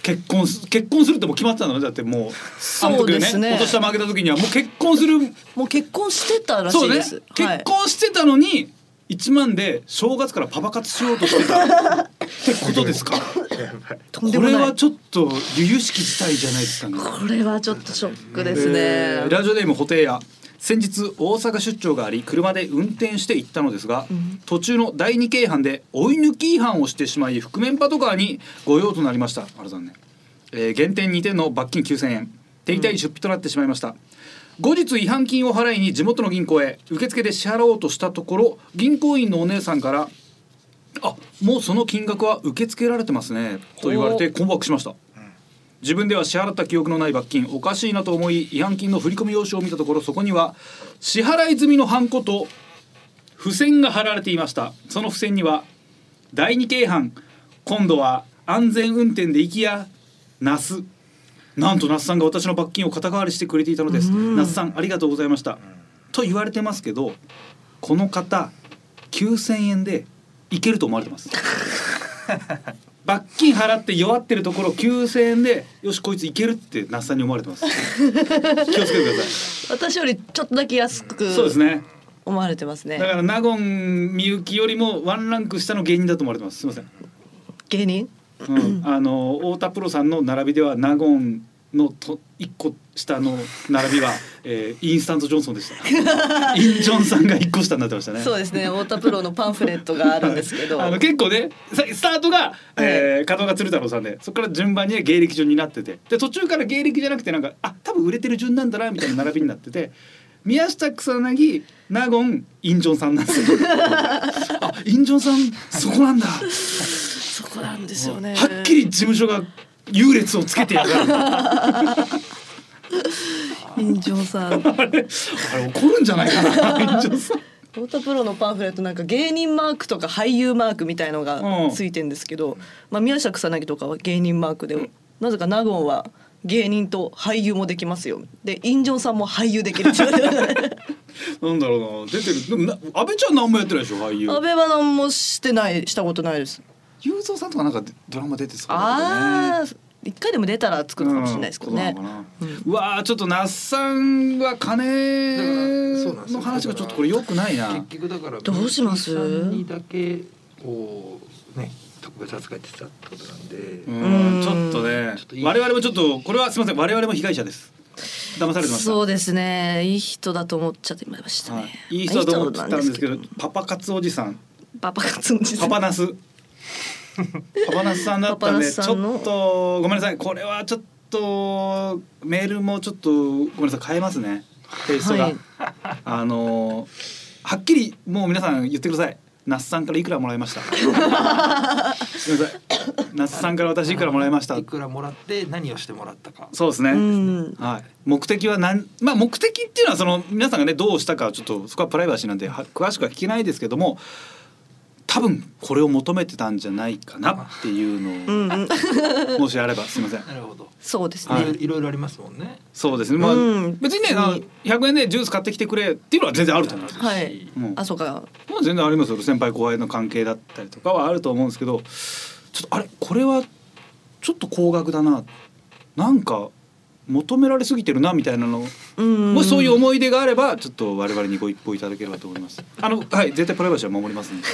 結婚す結婚するってもう決まってたのだってもうあの時そうですねお年玉あげた時にはもう結婚するもう結婚してたらしそういね、です。はい結婚してたのに1万で正月からパパ活しようとしてたってことですか とんでこもれないはちょっと由々しき事態じゃないですかねこれはちょっとショックですえーね。ラジオネーム布袋屋先日大阪出張があり車で運転して行ったのですが、途中の第二京阪で追い抜き違反をしてしまい覆面パトカーに御用となりましたあれ残念、えー減点2点の罰金9000円手痛い出費となってしまいました、後日違反金を払いに地元の銀行へ受付で支払おうとしたところ銀行員のお姉さんから「あもうその金額は受け付けられてますね」と言われて困惑しました自分では支払った記憶のない罰金おかしいなと思い違反金の振込用紙を見たところそこには支払い済みのハンコと付箋が貼られていましたその付箋には「第二京阪今度は安全運転で行きや那須」なんと那須さんが私の罰金を肩代わりしてくれていたのです那須さんありがとうございましたと言われてますけどこの方9,000円で行けると思われてます。罰金払って弱ってるところ9,000円でよしこいついけるって那須さんに思われ てます気をつけてくださ私よりちょっとだけ安いそうですくね思われてますだかね。ら納言みゆきよりもワンランク下の芸人だと思われてますすいません、芸人？うん、あの太田プロさんの並びでは納言のと一個下の並びは、えーインスタントジョンソンでした インジョンさんが一個下になってましたねそうですね。太田プロのパンフレットがあるんですけど。あの結構ねさスタートが、えー、門岡鶴太郎さんでそこから順番に芸歴順になっててで途中から芸歴じゃなくてなんかあ多分売れてる順なんだなみたいな並びになってて宮下草薙納言インジョンさんなんです よあインジョンさんそこなんだはそこなんですよね。っきり事務所が優劣をつけてやがるあ林城さん。れあれ怒るんじゃないかなインジョンさん太田プロのパンフレットなんか芸人マークとか俳優マークみたいのうがんついてんですけど、まあ宮下草薙とかは芸人マークで、なぜか納言は芸人と俳優もできますよ。で、インジョンさんも俳優できるって言われて。なんだろうな出てるでもな安倍ちゃん何もやってないでしょ俳優安倍は何もしてないしたことないです。雄三さんとかなんかドラマ出てそうだけどねああ、一回でも出たらつくかもしれないですけどねうん。そうなのかなうわーちょっと那須さんは金だからそうなんですのよ話がちょっとこれ良くないな。結局だからどうしますみゆきさんにだけこうね特別扱いってたってことなんで、うんうんちょっとねちょっといい我々もちょっとこれはすみません我々も被害者です。騙されてました。そうですね。いい人だと思っちゃっていましたね。はい、いい人だと思ってたんですけどいい人なんですパパ活おじさんけどパパ活の時代パパナ スパパナスさんだったんでパパナスちさんのょっとごめんなさいこれはちょっとメールもちょっとごめんなさい変えますねテイストが、はい あのはっ きりもう皆さん言ってください那須さんからいくらもらいましたすみません夏さんから私いくらもらいましたいくらもらって何をしてもらったか。そうですね、うんはい、目的はなん、まあ、目的っていうのはその皆さんがねどうしたかはちょっとそこはプライバシーなんでは詳しくは聞けないですけども多分これを求めてたんじゃないかなっていううのんうん、をもしあればすいません。なるほど。 そうですね、はいいろいろありますもんね。そうですね、まあうん別にねあの100円でジュース買ってきてくれっていうのは全然あると思います。はいうんあそうかまあ、全然ありますよ先輩後輩の関係だったりとかはあると思うんですけどちょっとあれこれはちょっと高額だななんか求められすぎてるなみたいなのうんもしそういう思い出があればちょっと我々にご一報いただければと思います。あのはい絶対プライバシーは守ります んで。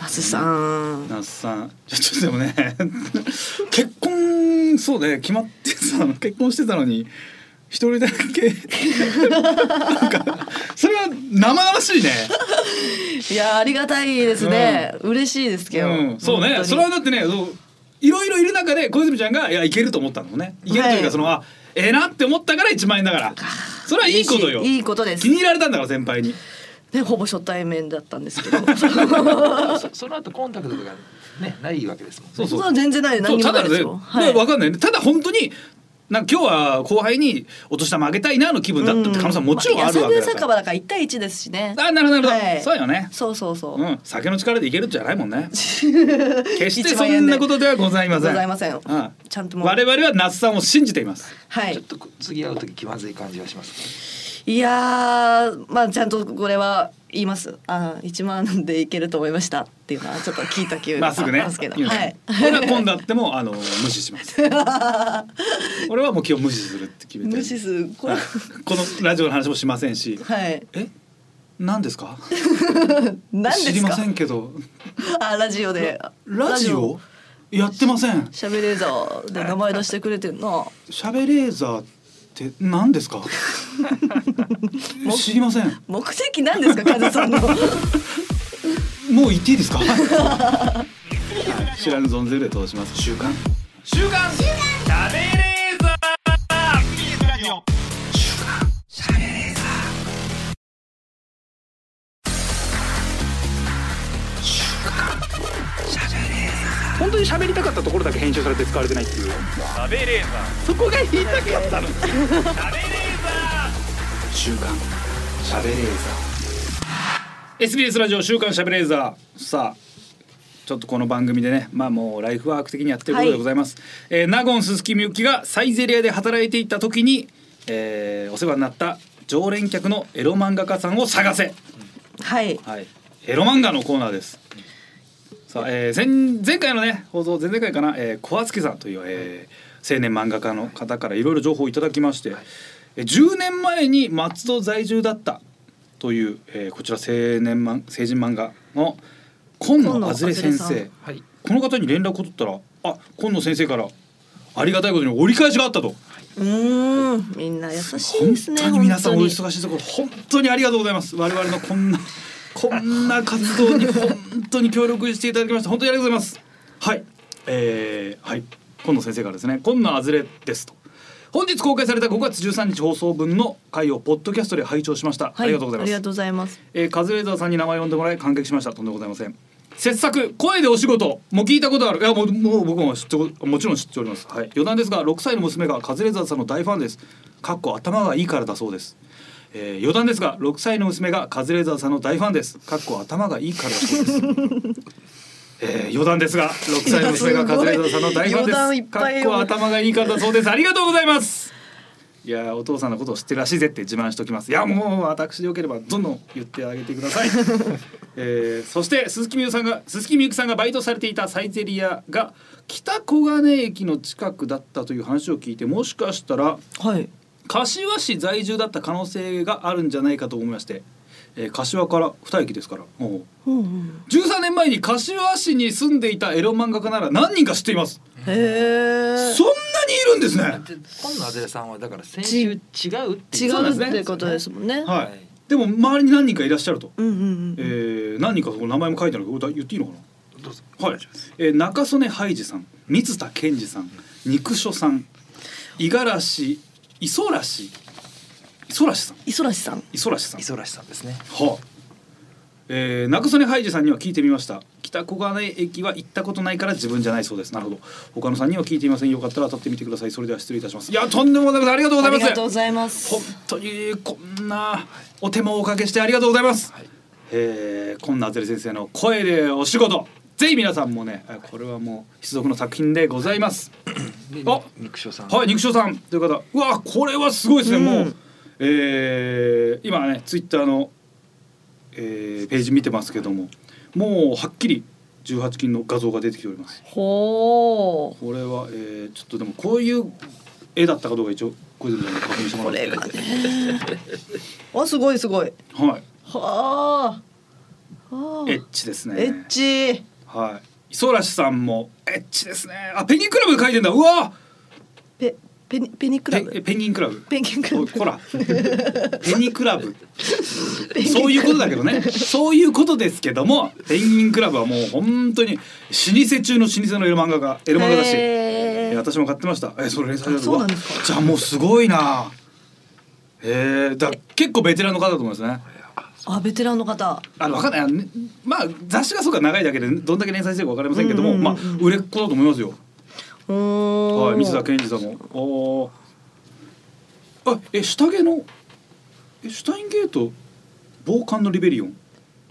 那須さん那須さんちょちょっとでもね 結婚そうね決まってたの結婚してたのに一人だけなんかそれは生々しいね。いやありがたいですね、嬉しいですけど、うん、そうねそれはだってねそういろいろいる中で小泉ちゃんがいやいけると思ったのねいけるというはかいその、あええなって思ったから1万円だからそれはいいことよいいことです気に入られたんだから先輩にねほぼ初対面だったんです けどそ その後コンタクトとかねないわけですもんね。そうそそんうなの全然ないそ何うにもたなだね、いですだよ、から分かんないねただ本当になんか今日は後輩にお年玉あげたいなの気分だったって可能性はもちろんあるわけだだ酒か場ら、だから一対一ですしねあなるほどなるほど、はいそうよねそうそうそうう、ん酒の力でいけるんじゃないもん ね決して一そ万円でんなことではございませんございませんうんちゃんともう我々は那須さんを信じてい ますはちょいっと次会う時気まずい感じはします、いやーまあちゃんとこれは言いますあ1万でいけると思いましたっていうのはちょっと聞いた気まがっしすぐね。ますけど、言うはいねこれは今度あってもあの無視し ます。俺はもう今日無視するって決めて。無視するこれはいこのラジオの話もしませんし。はいえ、何ですか？何ですか知りませんけど。あラジオでラジオやってません。シャベレーザーで名前出してくれてんなしゃべレーザーって何です か？知りません。目的なん ですかカズさんのもう言っていいです か？はい知らぬ存ぜるで通します。週刊。週刊シャベレーザー TBS ラジオ本当に喋りたかったところだけ編集されて使われてないっていう。食べレーザー週刊しゃべレーザー SBS ラジオ週刊しゃべレーザーさあちょっとこの番組でねまあもうライフワーク的にやってることでございます、えーナゴン鈴木みゆきがサイゼリアで働いていた時に、えーお世話になった常連客のエロ漫画家さんを探せ、はいはい、エロ漫画のコーナーですさあ、えー前前回のね放送前々回かな、えー、小厚さんという、えー青年漫画家の方からいろいろ情報をいただきまして、えー10年前に松戸在住だったという、えーこちら青年漫成人漫画の今野あずれ先今野あずれ生さはいこの方に連絡を取ったらあ今野先生からありがたいことに折り返しがあったとうーんみんな優しい本ですね当に皆さんお本当に忙しいところ本当にありがとうございます我々のこんなこんな活動に本当に協力していただきまして本当にありがとうございますはいえー、はい今野先生からですね今野あずれですと本日公開された5月13日放送分の回をポッドキャストで拝聴しました、はありがとうございありまがすとうございますえー、カズレーザーさんに名前を呼んでもらい感激しましたとんでもございません切削声でお仕事もう聞いたことあるいやもうもう僕も知っておもちろん知っておりますはい余談ですが6歳の娘がカズレーザーさんの大ファンですかっこ頭がいいからだそうです、えー、余談ですが6歳の娘がカズレーザーさんの大ファンですかっこ頭がいいからだそうです えー、余談ですが6歳の娘がカズレーザーさんの大ファいやンすごい余談いでっすかぱいっよこ頭がいいからだそうですありがとうございますいやーお父さんのことを知ってるらしいぜって自慢しておきますいやもう私でよければどんどん言ってあげてください、 えーそして鈴木みゆさんが鈴木みゆきさんがバイトされていたサイゼリアが北小金駅の近くだったという話を聞いてもしかしたらはい柏市在住だった可能性があるんじゃないかと思いまして、えー柏から二駅ですからおううんうん13年前に柏市に住んでいたエロ漫画家なら何人か知っていますへえそんなにいるんですねで今野あずれさんはだから先週違うって違言ってうたっんねてことですもんねははいい、でも周りに何人かいらっしゃると、うんうんうんえー、何人かそこ名前も書いてあるけどこれ言っていいのかどうぞなはい、えー、中曽根ハイジさん水田健二さん肉所さん五十嵐磯らし磯らしさん磯らしさん磯らしさん磯らしさんですねはあえー、中曽根ハイジさんには聞いてみました北小金井駅は行ったことないから自分じゃないそうですなるほど他のさんには聞いてみませんよかったら当たってみてくださいそれでは失礼いたしますいやとんでもございませんありがとうござあいまりすがとうございます本。当にこんなお手間をおかけしてありがとうございます、えーこんなあずり先生の声でお仕事ぜひ皆さんもねえーこれはもう必読の作品でございますであ肉匠さんはい肉匠さんという方うわこれはすごいですね、うんもう、えー今ねツイッターの、えーページ見てますけどももうはっきり18金の画像が出てきておりますほう。これは、えー、ちょっとでもこういう絵だったかどうか一応これで確認してもこらっれてがね。あすごいすごい。はいはあ。はあ。エッチですねエッチ。はい。磯らしさんもエッチですね。あ、ペンギンクラブで書いてんだ。うわ。ペペニペニクラペブ。ペンギンクラブ。ペンギンクラブおいほら。 ペニクラブ。ペンギンそういうことだけどね。そういうことですけども、ペンギンクラブはもう本当に老舗中の老舗のエロ漫画がエロ漫画だし、へーえ私も買ってました。え、それ連載だあとそうなんわですかじゃあもうすごいな。えー、だから結構ベテランの方だと思いますね。あベテランの方。あのわかんないあのね。まあ雑誌がそうか長いだけでどんだけ連載してるかわかりませんけども、うんうんうんまあ売れっ子だと思いますよ。うーん。はい、水田健二さんも。おーあ、え、下着の。え、シュタインゲート。防寒のリベリオン。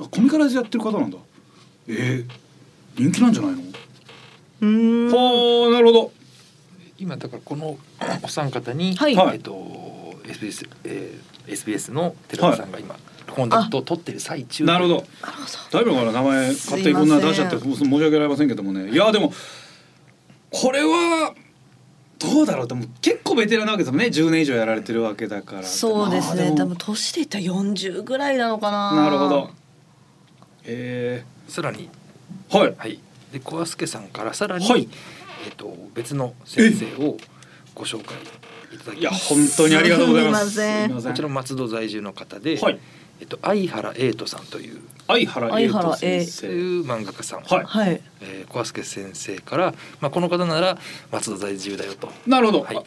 あ、コミカライズやってる方なんだ。えー、人気なんじゃないの。うーはん。あ、なるほど。今だからこの お三方に、はいえっと SBS、えー、SBS の寺田さんが今、コンタクトを取ってる最中なるほど。大名から名前勝手にこんな出しちゃって、すい申し訳ありませんけどもね。いや、でも。これは。どうだろうともう結構ベテランなわけですもんね10年以上やられてるわけだからそうですまあでね。多も分年でいったら四十ぐらいなのかな。なるほど。えさらにー、はいはいで小安助さんからさらに、はいえっと別の先生をご紹介いただいきやます本当にありがとうございます。すいませんこちらも松戸在住の方で、はいえっと相原瑛斗さんという相原英斗先と生。いう漫画家さんを、はいはい。えー、小安助先生から、まあ、この方なら松戸在住だよとなるほど。はいあ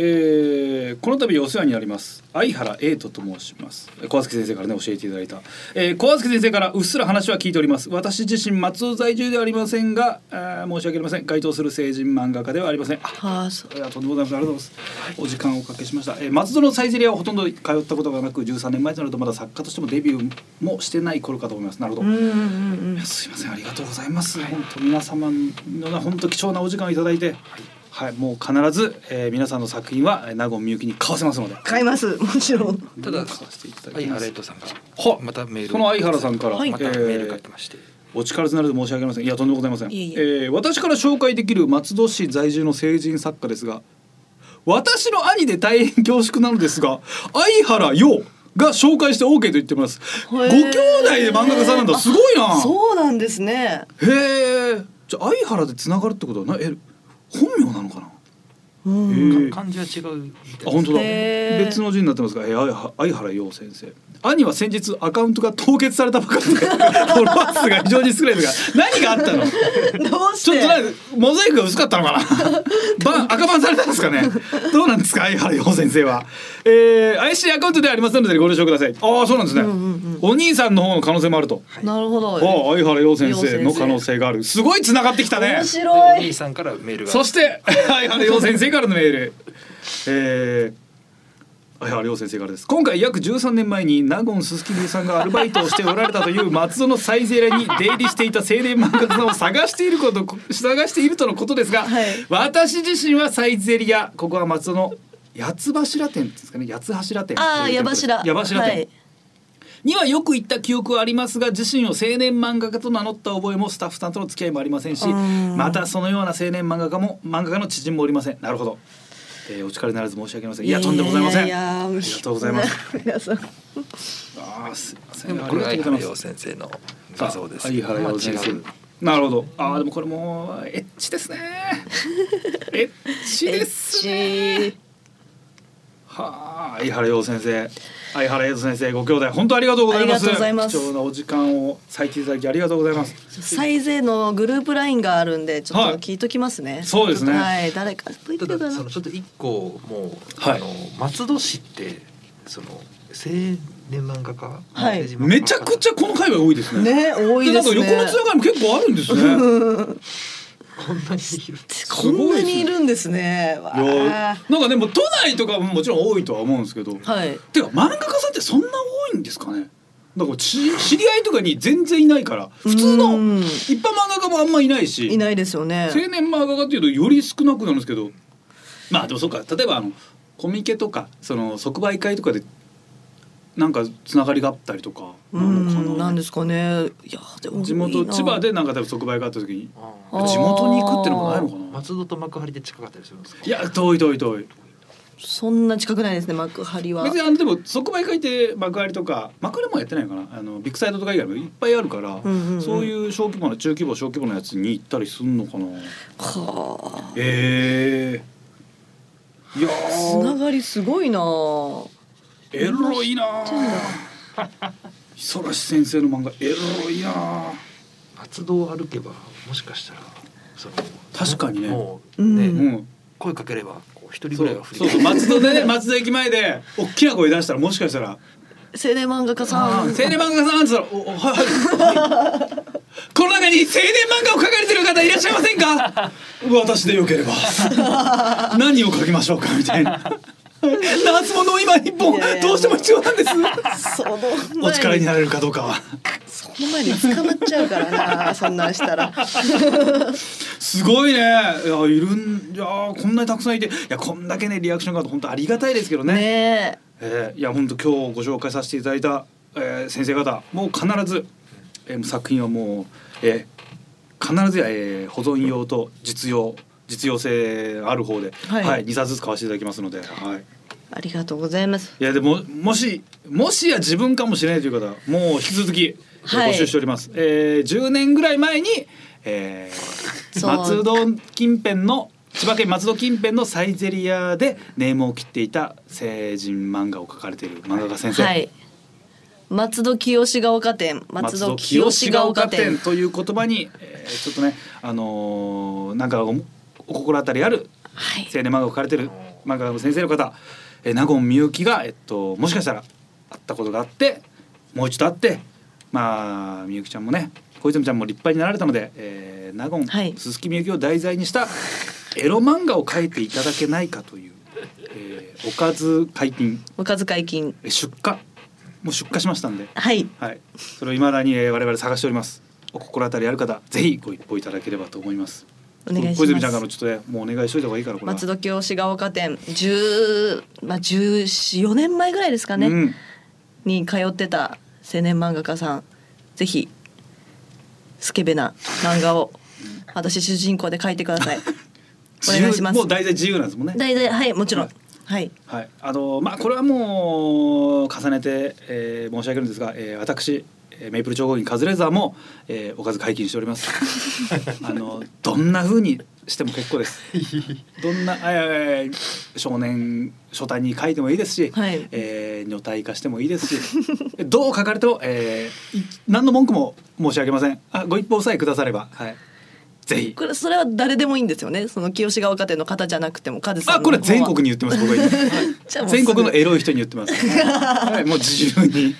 えーこの度お世話になります相原瑛斗と申しますえ小安先生からね教えていただいた、えー、小安先生からうっすら話は聞いております私自身松尾在住ではありませんがあー申し訳ありません該当する成人漫画家ではありませんあはあそう。いやとんでもございませんありがとうございます。お時間をおかけしました。えー松戸のサイゼリアをほとんど通ったことがなく、13年前となるとまだ作家としてもデビューもしてない頃かと思います。なるほど。うんうんうんうん。すいませんありがとうございます。本当皆様のな本当貴重なお時間をいただいて、はい、もう必ず、えー皆さんの作品はえー納言みゆきに買わせますので。買いますもちろん。た買だわせていただ相きま原瑛す。斗さんがはまたメールをこの相原さんから、またメールえがー来まして、お力強なれで申し訳ありません。いやとんでもございません。いえいえー私から紹介できる松戸市在住の成人作家ですが、私の兄で大変恐縮なのですが、相原洋が紹介して OK と言ってます。ご兄弟で漫画家さんなんだ。すごいな。そうなんですね。 へえ。じゃあ相原でつながるってことはなえ本名なのかな。うん。へえ漢字は違うみたいですあ本当だ。へー別の字になってますが、えー、相原洋先生。兄は先日アカウントが凍結されたばかりで フォロワー数が非常に少ないですが何があった のどうしちょてっとなんかモザイクが薄かったのか なバン赤バンされたんですかねどうなんですか相原洋先生は、えー、怪しいアカウントではありませんのでご了承くださいああそうなんですね、お兄さんの方の可能性もあると、なるほど。ああ相原洋先生の可能性があるすごい繋がってきたね面で白おい兄。さんからメールがそして、相原洋先生からのメール。えー相原洋先生からです今回約13年前に納言すすきりさんがアルバイトをしておられたという松戸のサイゼリアに出入りしていた青年漫画家さんを探していること探しているとのことですが、はい私自身はサイゼリアここは松戸の八つ柱店ですかね八つ柱店ああ、というやことばでしら。矢柱店、はいにはよく行った記憶はありますが自身を青年漫画家と名乗った覚えもスタッフさんとの付き合いもありませんしうんまたそのような青年漫画家も漫画家の知人もおりませんなるほど、えー、お力にならず申し訳ありませんいやとんでもございませんいやありがとうございます。 皆さん。あーすいませでんもあこりがれがとうございま相原洋す先生の画像ですあ相原洋先まあ違う生なるほどあーでもこれもうエッチ ですねエッチですねえっちはあ、相原洋先生、相原英二先生、ご兄弟、本当ありがとうございます。ありがとうございます貴重なお時間を割いていただき、ありがとうございます。最勢のグループラインがあるんで、ちょっはいと聞いときますね。そうですねはい、誰か。聞いてたるかだなそのちょっと一個もう、はいあの松戸市ってその成年漫画家、はいめちゃくちゃゃこの界隈多いですね。ね多いでなでんかすね横のつながりも結構あるんですね。こんなにいるこんなにいるんですねわいやあなんかねもう都内とかももちろん多いとは思うんですけど、はいてか漫画家さんってそんな多いんですかねなんか知知り合いとかに全然いないから普通のうん一般漫画家もあんまいないしいないですよね青年漫画家っていうとより少なくなるんですけどまあでもそうか例えばあのコミケとかその即売会とかでなんかつながりがあったりとかうなのかんなんですかねいやでも地元いいな千葉でなんか多分即売会があった時にあー地元に行くってのもないのかな松戸と幕張で近かったりするんですかいや遠い遠い遠いそんな近くないですね幕張は別にあのでも即売会って幕張とか幕張もやってないのかなあのビッグサイトとか以外もいっぱいあるから、うんうんうんそういう小規模な中規模小規模のやつに行ったりすんのかなはええいやあつなーがりすごいなあエロいなー五十嵐先生の漫画エロいなー松戸を歩けばもしかしたらその確かにねもううんね、うん声かければこう一人そぐらいうは振りそうそう松戸でね 松戸駅前で大きな声出したらもしかしたら青年漫画家「あさあ青ん年漫画家さん」って言ったら「おおはいはい この中に青年漫画を描かれてる方いらっしゃいませんか私でよけれ ば何を描きましょうか」みたいな「夏物を今一本いやいやどうしても必要 なんです」そのお力前にになれるかどうかはその前に捕まっちゃうからなそんなんしたらすごいねいやいるんいやーこんなにたくさんいていやこんだけねリアクションがあると本当ありがたいですけどねねえーいや本当今日ご紹介させていただいた、えー先生方もう必ず、えー作品はもう、えー必ずや、えー保存用と実用実用性ある方で、ははいい2冊ずつ買わせていただきますので、はい、えありがとうございますいやでももしもしや自分かもしれないという方はもう引き続きえーはい募集しております、えー10年ぐらい前に、えーそう松戸近辺の千葉県松戸近辺のサイゼリアでネームを切っていた成人漫画を描かれている漫画家先生、はい松戸清が丘店松戸清が丘店という言葉に、えーちょっとねあのーなんかおお心当たりあるはい青年漫画を描かれてる漫画家の先生の方、えー、納言みゆきが、えっと、もしかしたら会ったことがあってもう一度会ってまあみゆきちゃんもね小泉ちゃんも立派になられたので、えー、納言、はい鈴木みゆきを題材にしたエロ漫画を描いていただけないかという、えーおかず解禁おかず解禁えー出荷もう出荷しましたんで。はいはい、それを未だに、えー、我々探しております。お心当たりある方、ぜひご一報いただければと思います。お願いします小泉ちゃんからもちょっとね、もうお願いしといた方がいいから、これは。松戸清が丘店10まあ14年前ぐらいですかね、うん、に通ってた青年漫画家さんぜひスケベな漫画を私主人公で書いてく ださいお願いしま自由すもう大体自由なんですもんね。大体はいもちろんはいはい、あのまあこれはもう重ねて、えー、申し上げるんですが、えー、私えーメイプル超合金カズレーザーも、えー、おかず解禁しており ます。あのどんな風にしても結構です。どんなあいやいやいや少年書体に書いてもいいですし、はいえー女体化してもいいですし、どう書かれても、えー、い何の文句も申し上げません。あご一報さえくだされば、はい、ぜひ。これそれは誰でもいいんですよねその清が丘店の方じゃなくてもカズさんあ、のこ方はれ全国に言ってます。僕は今じゃあもうす全ぐ国のエロい人に言って ます。はい、もう自由に。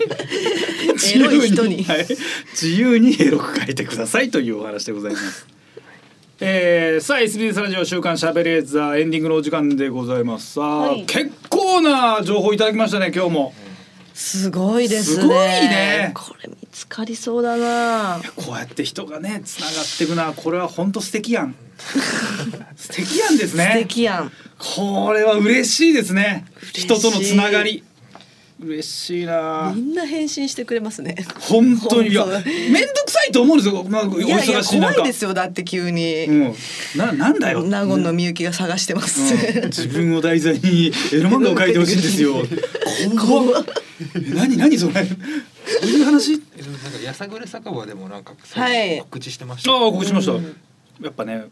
自由エロい人にはい、自由にエロく書いてくださいというお話でございます。えー、さあ SBS ラジオ週刊しゃべれーザーエンディングのお時間でございますさあ、はい結構な情報いただきましたね今日もすごいですねすごいねこれ見つかりそうだなこうやって人がねつながっていくなこれは本当素敵 やん素敵やんですね素敵やんこれは嬉しいですね。しい人とのつながり。嬉しいなみ。んな返信してくれますね本当にいや、本当めんどくさいと思うんですよ。まあ、お忙しいいやいや怖中いですよだって急うに、ん、な、なんだよ。納言のみゆきが探してます、うん自分を題材にエロ漫画を描いてほしいんです よ。怖っ。え何何それ。どういう話？えでもなんかやさぐれ酒場でもなんかそうはい告知してました、ああ告知しました、やっぱね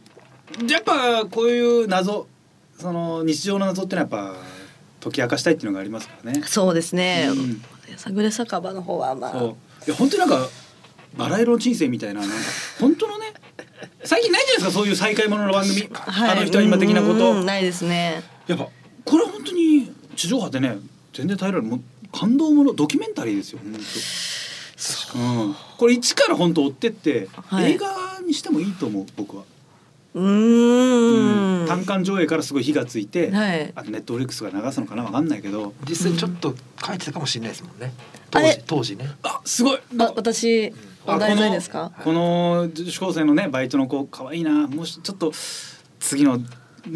やっぱこういう謎その日常の謎ってのはやっぱ解き明かしたいっていうのがありますからね。そうですね、うんさぐれ酒場の方はまそうあいや本当になんかバラ色の人生みたいななんか本当のね最近ないじゃないですかそういう再会ものの番組、はいあの人は今的なこうんうんとないですねやっぱこれは本当に地上波でね全然耐えられるもう感動ものドキュメンタリーですよ本当うん、これ一から本当追ってって、はい映画にしてもいいと思う僕は、うーん。単館上映からすごい火がついて、はいあとネットフリックスが流すのかなわかんないけど実際ちょっと書いてたかもしれないですもんねあ当れ時当時ねあすごいあ、私、あお題このないですか。この女子高生のねバイトの子可愛いなもうちょっと次のね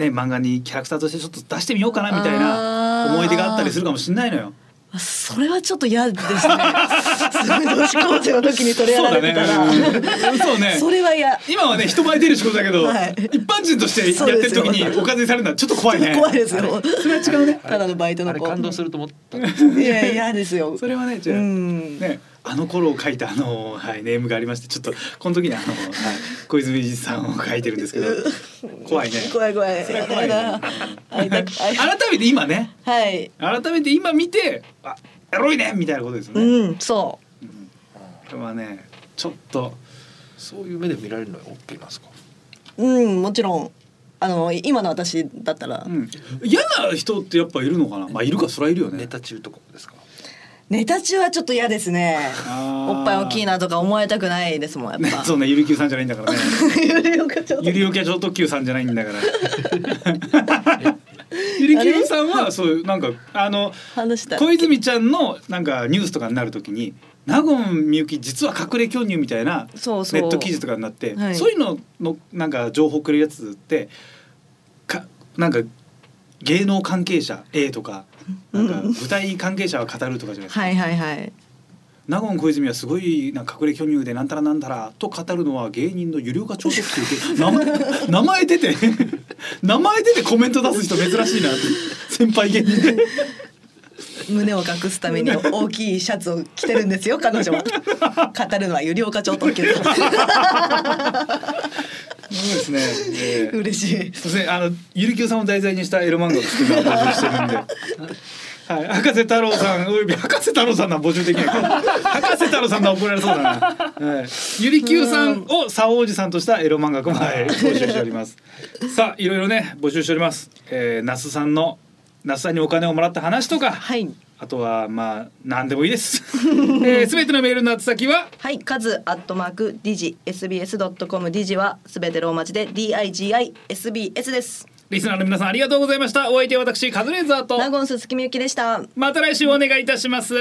漫画にキャラクターとしてちょっと出してみようかなみたいあなー思い出があったりするかもしれないのよ。あそれはちょっと嫌ですね。 すごい女子高生の時に取り上げられてたら。うんそうね。それは嫌。今はね人前出る仕事だけど、はい一般人としてやってる時におかずにされるのはちょっと怖いね。 怖いですよ。それは違うね。 ただのバイトあのれ子。感動すると思ったいやいや嫌です よ。それはねじゃあ、うんねあの頃を書いたあのはいネームがありましてちょっとこの時にあの、はい、小泉さんを書いてるんですけど怖いね。怖い怖い。それは怖いねやだ会いたく会い改めて今 ねはい。改めて今見てあエロいねみたいなことですよね。うん、そこれはねちょっとそういう目で見られるのは OK なんですかう。うん、もちろん。あの、今の私だったらう。ん嫌な人ってやっぱいるのかなまあいるかそりゃいるよねネ。タ中とかですかネタ中はちょっと嫌ですね。あーおっぱい大きいなとか思われたくないですもん、やっねぱ。 そうねゆりきゅうさんじゃないんだからね。よかった ゆりおきゃ超特急さんじゃないんだから。ゆりきゅうさんはそういうなんかあの話した。小泉ちゃんのなんかニュースとかになるときに。納言みゆき実は隠れ巨乳みたいなネそうそうット記事とかになってはいそういうののなんか情報くれるやつってかなんか芸能関係者 A とかなんか舞台関係者は語るとかじゃないですかはいはいはい。納言小泉はすごいなんか隠れ巨乳でなんたらなんたらと語るのは芸人の有料化超特急で名前名前出て 名前出てコメント出す人珍しいなって先輩芸人で胸を隠すた めに大きいシャツを着てるんですよ、彼女は。 語るのは有料課長特急。そうですね、えー嬉しい。すいませんあのゆりきゅうさんを題材にしたエロ漫画を作るのを募集してるん で。はい、博士太郎さんおよび博士太郎さんな募集できないから博士太郎さんな怒られそうだな、はい、ゆりきゅうさんを沙王子さんとしたエロ漫画も、はい、募集しておりますさあいろいろね募集しております、えー、那須さんの那須さんにお金をもらった話とか、はい。あとはまあ何でもいいです。 す、えー、べ、てのメールの宛先ははい、カズアットマーク digi sbs ドットコム digi はすべてローマ字で d i g i s b s です。リスナーの皆さんありがとうございました。お相手は私カズレーザーとナゴン鈴木みゆきでした。また来週お願いいたします。